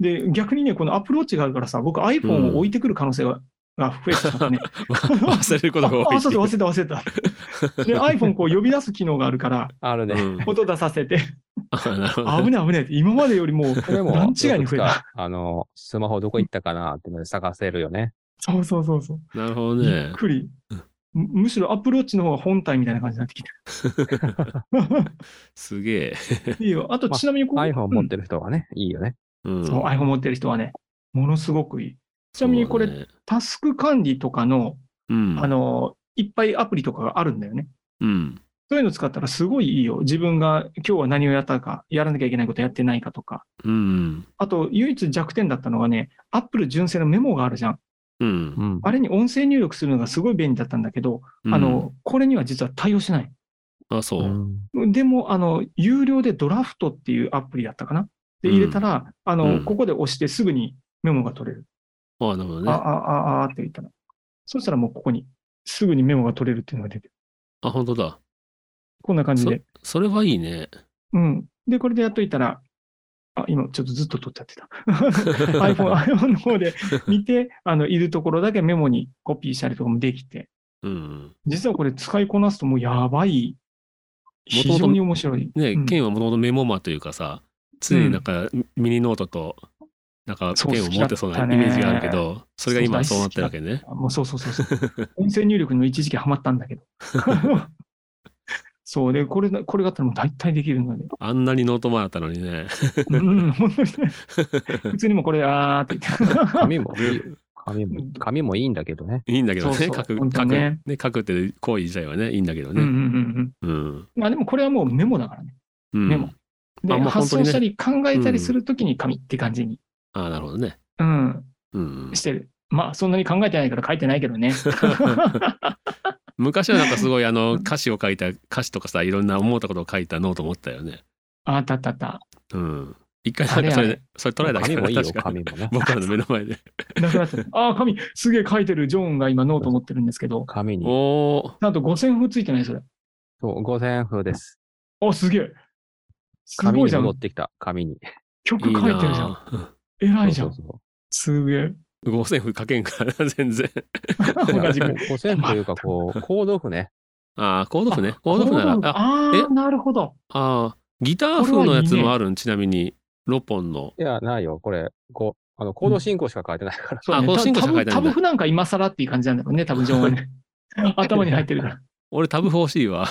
Speaker 3: で、逆にね、このアプローチがあるからさ、僕 iPhone を置いてくる可能性が,、が増えてきたね。
Speaker 1: 忘れることが多い
Speaker 3: あ
Speaker 1: っ
Speaker 3: あ、
Speaker 1: て
Speaker 3: そう
Speaker 1: い。
Speaker 3: そうう忘れた忘れた。で、iPhone こう呼び出す機能があるから、
Speaker 2: あるね。
Speaker 1: うん
Speaker 3: 音出させて、
Speaker 1: あなるほどね
Speaker 3: 危ない危ないって、今までよりも、
Speaker 2: これも、
Speaker 3: 段違いに増えた
Speaker 2: よく使うあの、スマホどこ行ったかなっていうので探せるよね。
Speaker 3: そうそうそうそう。
Speaker 1: なるほど
Speaker 3: びっ
Speaker 1: ね。
Speaker 3: くり。むむしろアプローチの方が本体みたいな感じになってきて
Speaker 1: すげえ。
Speaker 3: る。いいよ。あと、
Speaker 2: まあ
Speaker 3: ちなみにこう、
Speaker 2: iPhone 持って
Speaker 3: る、
Speaker 2: る人はね、いいよね。
Speaker 1: うん。
Speaker 3: そう、iPhone 持ってる人はね、ものすごくいい。ちなみにこれ
Speaker 1: そうね
Speaker 3: タスク管理とかの、
Speaker 1: うん。
Speaker 3: あの、いっぱいアプリとかがあるんだよね。
Speaker 1: うん。
Speaker 3: そういうの使ったらすごいいいよ。自分が今日は何をやったか、やらなきゃいけないことやってないかとか。
Speaker 1: うん。
Speaker 3: あと、唯一弱点だったのがね、Apple 純正のメモがあるじゃん。
Speaker 1: うん
Speaker 2: う。ん。
Speaker 3: あれに音声入力するのがすごい便利だったんだけど、
Speaker 1: うん
Speaker 3: あ、の、これには実は対応しない。
Speaker 1: あ、そうう。
Speaker 2: ん
Speaker 3: でも、あの、有料でドラフトっていうアプリだったかな。で、入れたら、あの、
Speaker 1: うん
Speaker 3: ここで押してすぐにメモが取れる。
Speaker 1: あなるほど
Speaker 3: あ、あ、
Speaker 1: ね。
Speaker 3: あ、あって言ったら。そしたらもうここに、すぐにメモが取れるっていうのが出てる。
Speaker 1: あ、本当だ。
Speaker 3: こんな感じ
Speaker 1: そ
Speaker 3: で。
Speaker 1: それはいいね。
Speaker 3: うん。で、これでやっといたら、あ、今ちょっとずっと撮っち
Speaker 1: <laughs>
Speaker 3: ゃってた。iPhone、iPhone の方で見て、あの、いるところだけメモにコピーしたりとかもできて、
Speaker 1: うん。
Speaker 3: 実はこれ使いこなすともうやばい。
Speaker 1: 元
Speaker 3: 非
Speaker 1: 々
Speaker 3: 常に面白い。
Speaker 1: ね、
Speaker 3: うん
Speaker 1: ケンはもともとメモマというかさ、常になんかミニノートと、なんか
Speaker 3: そう
Speaker 1: ペンを持ってそうなイメージがあるけど、それが今そうなってるわけね。
Speaker 3: あもうそうそうそうそう。 <laughs> 音声入力にも一時期ハマったんだけど。 <laughs> そうで、これだ、これがあったらもう大体できる
Speaker 1: <laughs>
Speaker 3: ので。
Speaker 1: あんなにノート前だったのにね。 <laughs>
Speaker 3: うん、本当にね。普通にもうこれ、あーって言って。
Speaker 2: 紙もいいよ、紙も、紙もいいんだけどね。
Speaker 1: いいんだけどね、
Speaker 3: そう
Speaker 1: 書
Speaker 3: そう
Speaker 1: く、書
Speaker 3: 本当
Speaker 1: く、
Speaker 3: ね
Speaker 1: ね、書くって行為自体はね、いいんだけど
Speaker 3: うんうんう
Speaker 1: ね。
Speaker 3: ん
Speaker 1: うん。
Speaker 3: うん。まあでもこれはもうメモだからね。
Speaker 1: うん。
Speaker 3: メモで、
Speaker 1: あもう本
Speaker 3: 発
Speaker 1: 当に
Speaker 3: 想
Speaker 1: ね
Speaker 3: したり考えたりするときに紙って感じに、
Speaker 1: あなるほどね。
Speaker 3: うん、
Speaker 1: うん。
Speaker 3: してる。まあ、そんなに考えてないから書いてないけ
Speaker 1: <laughs>
Speaker 3: どね。
Speaker 1: 昔はなんかすごいあの歌詞を書いた歌詞とかさいろんな思ったことを書いたノート持ってたよね。
Speaker 3: あったあったあった。
Speaker 1: うん。一回なんかそ
Speaker 3: あれあ
Speaker 1: れ
Speaker 3: れ
Speaker 1: それ取られたけ
Speaker 2: 紙
Speaker 1: ど
Speaker 2: もいいよ、
Speaker 1: 確かに
Speaker 2: 紙もね。
Speaker 1: 僕らの目の前で。
Speaker 3: なくなっちゃった。ああ、紙、すげえ書いてる。ジョーンが今ノート持ってるんですけど、
Speaker 2: 紙に。
Speaker 1: おお
Speaker 3: なんと5000歩ついてない、それ。
Speaker 2: そう、五千風です。
Speaker 3: あ、すげえ。す
Speaker 2: 紙
Speaker 3: ごい
Speaker 2: に
Speaker 3: じゃ
Speaker 2: 戻
Speaker 3: ん
Speaker 2: っ。てきた、紙に。
Speaker 3: 曲
Speaker 1: いい
Speaker 3: 書いてるじゃん。
Speaker 1: なあ。
Speaker 3: 偉いじゃん
Speaker 2: そ。うそう
Speaker 3: すげ
Speaker 1: <laughs>
Speaker 3: え。
Speaker 1: 五線譜書けんからな <laughs> 全然。
Speaker 2: そう
Speaker 3: 同じく。
Speaker 2: 五千
Speaker 3: <laughs>
Speaker 2: というか、こう、コード譜ね。
Speaker 1: ああコード譜ね。コード譜ならああ
Speaker 3: ああー
Speaker 1: え
Speaker 3: なるほど。
Speaker 1: あギター譜のやつもあるんちなみに6本の。
Speaker 2: いや、ないよ、これ、こう、あの、コード進行しか書いてないから。
Speaker 3: そうね
Speaker 1: あこう
Speaker 3: 多分
Speaker 1: 進行しか書いてないんだ
Speaker 3: タブタブ譜なんか今更っていう感じなんだろうね、多分ジョーン
Speaker 1: <laughs>
Speaker 3: はね。頭に入ってるから。
Speaker 1: 俺タブ譜欲しいわ。 <laughs>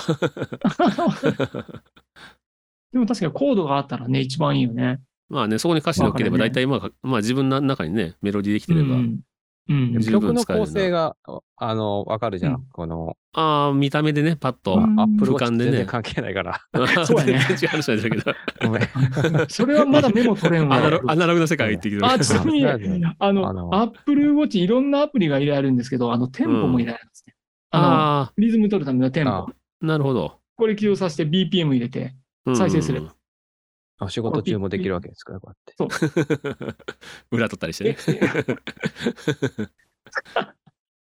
Speaker 3: でも確かにコードがあったらね、一番いいよね。
Speaker 1: まあねそこに歌詞乗っければ
Speaker 3: わかる
Speaker 1: 大体ま
Speaker 3: ね
Speaker 1: あまあ自分の中にねメロディーできてれば。
Speaker 3: うんうん
Speaker 1: 十
Speaker 2: 曲
Speaker 1: 分
Speaker 2: の
Speaker 1: 使えるな
Speaker 2: 構成が、あの、わかるじゃ
Speaker 3: うん
Speaker 2: ん。この、
Speaker 1: ああ見た目でねパッと。
Speaker 3: う
Speaker 2: ア
Speaker 1: <laughs>
Speaker 3: ん
Speaker 2: ップル
Speaker 1: 俯瞰でね
Speaker 2: 全然関係な
Speaker 3: <laughs>
Speaker 2: いから。
Speaker 3: そうだね
Speaker 1: 全然違う話なんだけど。
Speaker 2: ごめん。
Speaker 3: それはまだメモ取れんわ。
Speaker 1: アナロア
Speaker 3: あ、
Speaker 1: ナログの世界行ってきてる。
Speaker 3: ちなみに、あ
Speaker 2: あ
Speaker 3: の、
Speaker 2: の
Speaker 3: アップルウォッチいろんなアプリが入れられるんですけど、あの、テンポも入れられるんですね。あの、
Speaker 1: あ
Speaker 3: リズム取るためのテン
Speaker 2: あ
Speaker 3: ポ。
Speaker 1: あ、なるほど。
Speaker 3: これ起用させて BPM 入れて、
Speaker 1: うん
Speaker 3: 再生する。
Speaker 2: お仕事中もできるわけですから、こうやって。
Speaker 1: <laughs> 裏取ったりしてね。
Speaker 3: え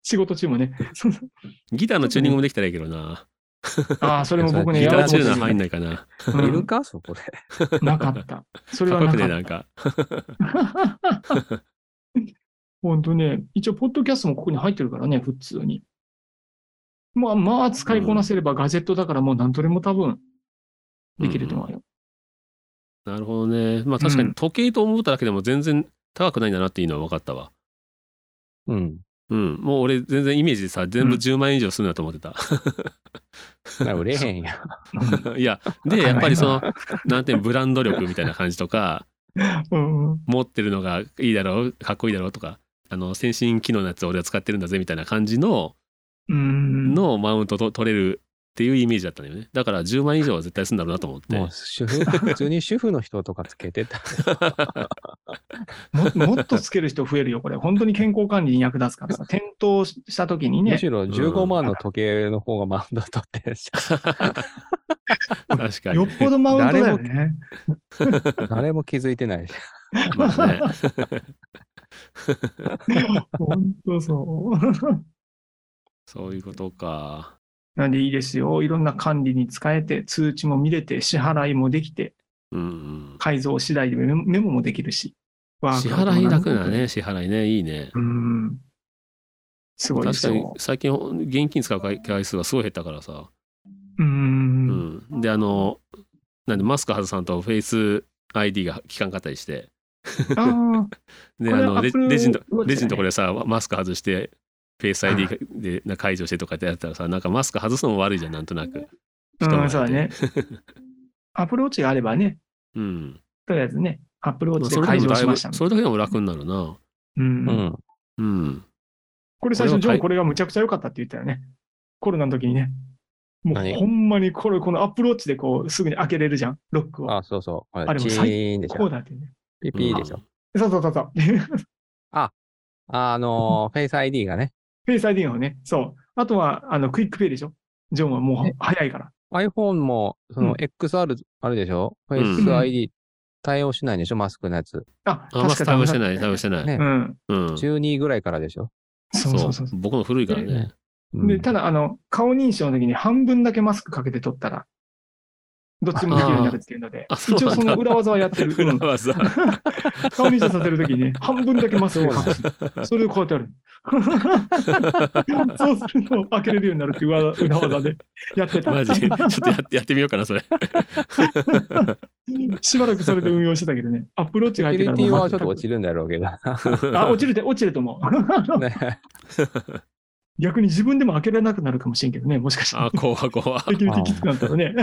Speaker 3: 仕事中もね。そうそう
Speaker 1: ギターのチューニングもできたらいいけどな。
Speaker 3: ああ、それも僕ね、
Speaker 1: ギ
Speaker 3: や
Speaker 1: タ
Speaker 3: ろ
Speaker 1: ー
Speaker 3: う
Speaker 1: チ
Speaker 3: と
Speaker 1: ュー
Speaker 3: 思
Speaker 1: ナー
Speaker 3: っ
Speaker 1: 入
Speaker 3: てた
Speaker 1: んないかな。
Speaker 3: うん
Speaker 2: いるかそこで。
Speaker 3: なかった。それ
Speaker 1: かっ
Speaker 3: は
Speaker 1: こよ
Speaker 3: な
Speaker 1: く
Speaker 3: か
Speaker 1: ね、
Speaker 3: っ
Speaker 1: な
Speaker 3: た
Speaker 1: ん。か。
Speaker 3: <laughs> 本当ね、一応、ポッドキャストもここに入ってるからね、普通に。まあ、まあ、使いこなせればガジェットだからもう何とでも多分できると思うよ。
Speaker 1: なるほどね。まあ確か
Speaker 3: うん
Speaker 1: に時計と思っただけでも全然高くないんだなっていうのは分かったわ。
Speaker 2: うん。
Speaker 1: うん。もう俺全然イメージでさ、全部10万円以上するなと思ってた。 <laughs>
Speaker 2: な売れへんやん。
Speaker 1: い
Speaker 3: <laughs>
Speaker 1: や、で、やっぱりその、なんていうのブランド力みたいな感じとか、
Speaker 3: うんうん
Speaker 1: 持ってるのがいいだろう、かっこいいだろうとか、あの、先進機能のやつ俺は使ってるんだぜみたいな感じの、
Speaker 3: うん。
Speaker 1: のマウントと取れるっていうイメージだったんだよね。だから10万以上は絶対するんだろうなと思って。
Speaker 2: もう
Speaker 3: <laughs>
Speaker 2: 主婦、普通に主婦の人とかつけてた。
Speaker 3: ももっとつける人増えるよ、これ。本当に健康管理に役立つからさ。転倒した時に
Speaker 2: む
Speaker 3: ね
Speaker 2: し、ろ15万の時計の方がマウンド取ってるし、
Speaker 3: <laughs>
Speaker 1: 確かに。
Speaker 3: よっぽどマウントだよね。
Speaker 2: 誰も気づいてないし。
Speaker 1: まあね。
Speaker 3: <laughs> 本当そう。
Speaker 1: そういうことか。
Speaker 3: なんでいいですよ。いろんな管理に使えて、通知も見れて、支払いもできて、
Speaker 1: うんうん。
Speaker 3: 改造次第でメモメモもできるし。ワー
Speaker 1: 支
Speaker 3: クアウトも
Speaker 1: 払い楽だ。ね、支払いね、いいね。
Speaker 3: うん。すごいで
Speaker 1: 確
Speaker 3: す
Speaker 1: かに
Speaker 3: よ。
Speaker 1: 最近現金使う回回数がすごい減ったからさ。
Speaker 3: う。
Speaker 1: うんん。で、あの、なんでマスク外さんとフェイス ID が効かんかったりして。
Speaker 3: ああ、
Speaker 1: で、<laughs>
Speaker 3: こ
Speaker 1: あ
Speaker 3: れ
Speaker 1: のレ
Speaker 3: Apple
Speaker 1: レジのと
Speaker 3: Watch だね
Speaker 1: レジのところでさ、マスク外して、フェイス ID でな解除してとかってやったらさ、なんかマスク外すのも悪いじゃん、なんとなく。人
Speaker 3: う
Speaker 1: 前
Speaker 3: ん、
Speaker 1: で
Speaker 3: そうだね。
Speaker 1: <laughs>
Speaker 3: アプローチがあればね、
Speaker 1: うん。
Speaker 3: とりあえずね、アプロー
Speaker 1: まあ
Speaker 3: チ
Speaker 1: それ
Speaker 3: で解
Speaker 1: でも
Speaker 3: 除
Speaker 1: だ
Speaker 3: し
Speaker 1: い
Speaker 3: ま
Speaker 1: ぶ、
Speaker 3: したみた
Speaker 1: それ
Speaker 3: い
Speaker 1: だけでも楽になるな。
Speaker 3: な。うん
Speaker 2: う。ん。
Speaker 1: うん。
Speaker 3: これ最初、ジ
Speaker 1: これはか
Speaker 3: ョン、
Speaker 1: い
Speaker 3: これがむちゃくちゃ良かったって言ったよね。コロナの時にね。もう
Speaker 2: 何
Speaker 3: ほんまにこれ、このアプローチでこう、すぐに開けれるじゃん、ロックを。
Speaker 2: あ、そうそう。あ
Speaker 3: あ
Speaker 2: れ、
Speaker 3: れ
Speaker 2: チ
Speaker 3: も最
Speaker 2: ーンでし
Speaker 3: こう
Speaker 2: ょ。
Speaker 3: だってね。
Speaker 2: ピピーでしょ。
Speaker 3: そうそうそうそう。 <laughs> フ
Speaker 2: あのー、フェイス ID がね。
Speaker 3: ェイス ID のね、そう。あとは、あの、クイックペイでしょ。ジョンはもう
Speaker 2: え
Speaker 3: 早いから。
Speaker 2: iPhone も、そうの
Speaker 3: ん
Speaker 2: XR あるでしょ、
Speaker 1: ん
Speaker 2: フェイス ID 対応しないでしょマスクのやつ。
Speaker 3: あ、
Speaker 1: あんま
Speaker 3: 確か
Speaker 1: 対応してない、
Speaker 3: ダ
Speaker 1: 対
Speaker 3: メ
Speaker 1: 応
Speaker 3: だ
Speaker 1: してない。
Speaker 2: ね
Speaker 3: うん。
Speaker 1: うん。
Speaker 2: 12ぐらいからでしょ
Speaker 3: そうそうそうそ
Speaker 1: 僕の古いからね。
Speaker 2: う
Speaker 3: う。
Speaker 2: ん
Speaker 3: で、ただ、あの、顔認証の時に半分だけマスクかけて撮ったら、どっちもできるようになるっていうので
Speaker 1: ああ、そうなん
Speaker 3: 一
Speaker 1: だ
Speaker 3: 応その裏技はやってる。
Speaker 1: <laughs>
Speaker 3: う
Speaker 1: 裏
Speaker 3: ん
Speaker 1: 技。
Speaker 3: 顔認証させるときにね、半分だけマスクをかぶそれでこうやってやる。そうすると開けれるようになるっていう裏裏技でやってた。
Speaker 1: マジ。ち <laughs> ょっとやってやってみようかな、それ。
Speaker 3: しばらくそれで運用してたけどね、アップローチ
Speaker 2: セ
Speaker 3: が
Speaker 2: キ
Speaker 3: 入
Speaker 2: ュ
Speaker 3: って
Speaker 2: リ
Speaker 3: から
Speaker 2: ティはちょっと
Speaker 3: もう
Speaker 2: 落ちるんだろうけど。
Speaker 3: あ、落ちるで、落ちると思う。 <laughs>
Speaker 2: <laughs> ね
Speaker 3: 逆に自分でも開けられなくなるかもしれんけどね、もしかしたら
Speaker 1: あ、。怖い怖い。
Speaker 3: セキュリティきつくなったらね。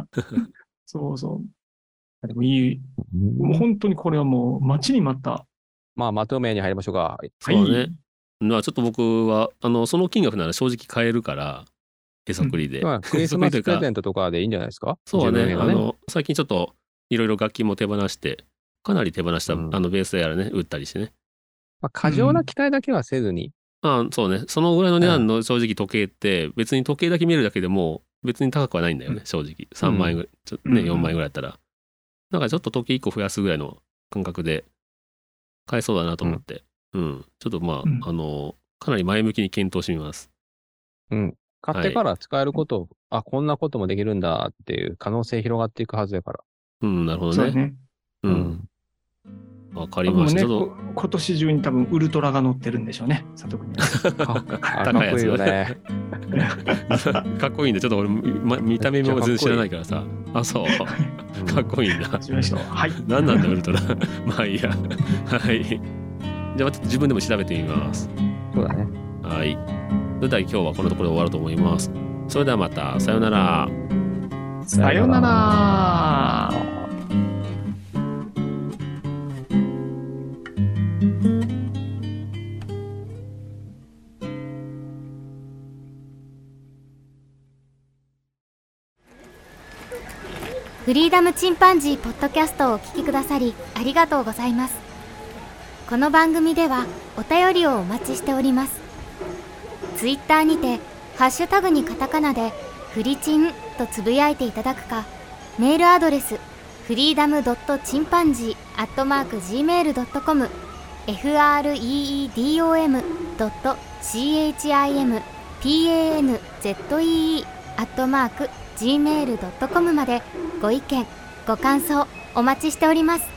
Speaker 3: <laughs> そうそう。でもいい、もう本当にこれはもう待ちに待った。
Speaker 2: まあ、まとめに入りましょうか。
Speaker 1: そうね。まあちょっと僕は、あの、その金額なら正直買えるから、へそくりで。
Speaker 2: まあクリスマスプレゼントとかでいいんじゃないですか
Speaker 1: そう
Speaker 2: 自
Speaker 1: ね
Speaker 2: 分
Speaker 1: あ
Speaker 2: がね。
Speaker 1: の最近ちょっといろいろ楽器も手放してかなり手放した、
Speaker 2: うん
Speaker 1: あのベースやらね打ったりしてね
Speaker 2: まあ、過剰な期待だけはせずに。
Speaker 1: ああそうねそのぐらいの値段の正直時計って別に時計だけ見るだけでも別に高くはないんだよね正直3万円ぐらい、ちょね
Speaker 3: うん
Speaker 1: 4万円ぐらいだったらだからちょっと時計1個増やすぐらいの感覚で買えそうだなと思ってうん、ちょっとまあ、
Speaker 3: うん
Speaker 1: あのかなり前向きに検討してみます
Speaker 2: 買ってから使えることを、あ、こんなこともできるんだっていう可能性広がっていくはずだから。
Speaker 1: うんなるほ
Speaker 3: そ
Speaker 1: ど
Speaker 3: う
Speaker 1: ね
Speaker 3: だね。
Speaker 1: う。
Speaker 2: うん
Speaker 1: わかり
Speaker 3: も
Speaker 1: ま
Speaker 3: う
Speaker 1: した
Speaker 3: ね、
Speaker 1: ちょっ
Speaker 3: こ今年中に多分ウルトラが乗ってるんでしょうね、佐藤君には。
Speaker 2: ああ
Speaker 1: <laughs> 高いや
Speaker 2: か
Speaker 1: つ
Speaker 2: っこいいよね。
Speaker 1: と <laughs> かっこいいんだちょっと俺、ま、見た目も全然知らないからさあそう
Speaker 2: うん
Speaker 1: <laughs> かっこいい
Speaker 3: <laughs>
Speaker 1: んだ
Speaker 3: しましょう。はい。
Speaker 1: 何なんだウルトラ <laughs> まあいいやはいじゃあちょっと自分でも調べてみます
Speaker 2: そうだね。
Speaker 1: はいそれでは今日はこのところで終わろうと思いますそれではまたさようなら
Speaker 3: さようなら。
Speaker 4: フリーダムチンパンジーポッドキャストをお聞きくださりありがとうございますこの番組ではお便りをお待ちしておりますツイッターにてハッシュタグにカタカナでフリチンとつぶやいていただくかメールアドレスフリーダムドットチンパンジーアットマーク gmail.com freedom ドット chimpanzee アットマーク gmail.com までご意見ご感想お待ちしております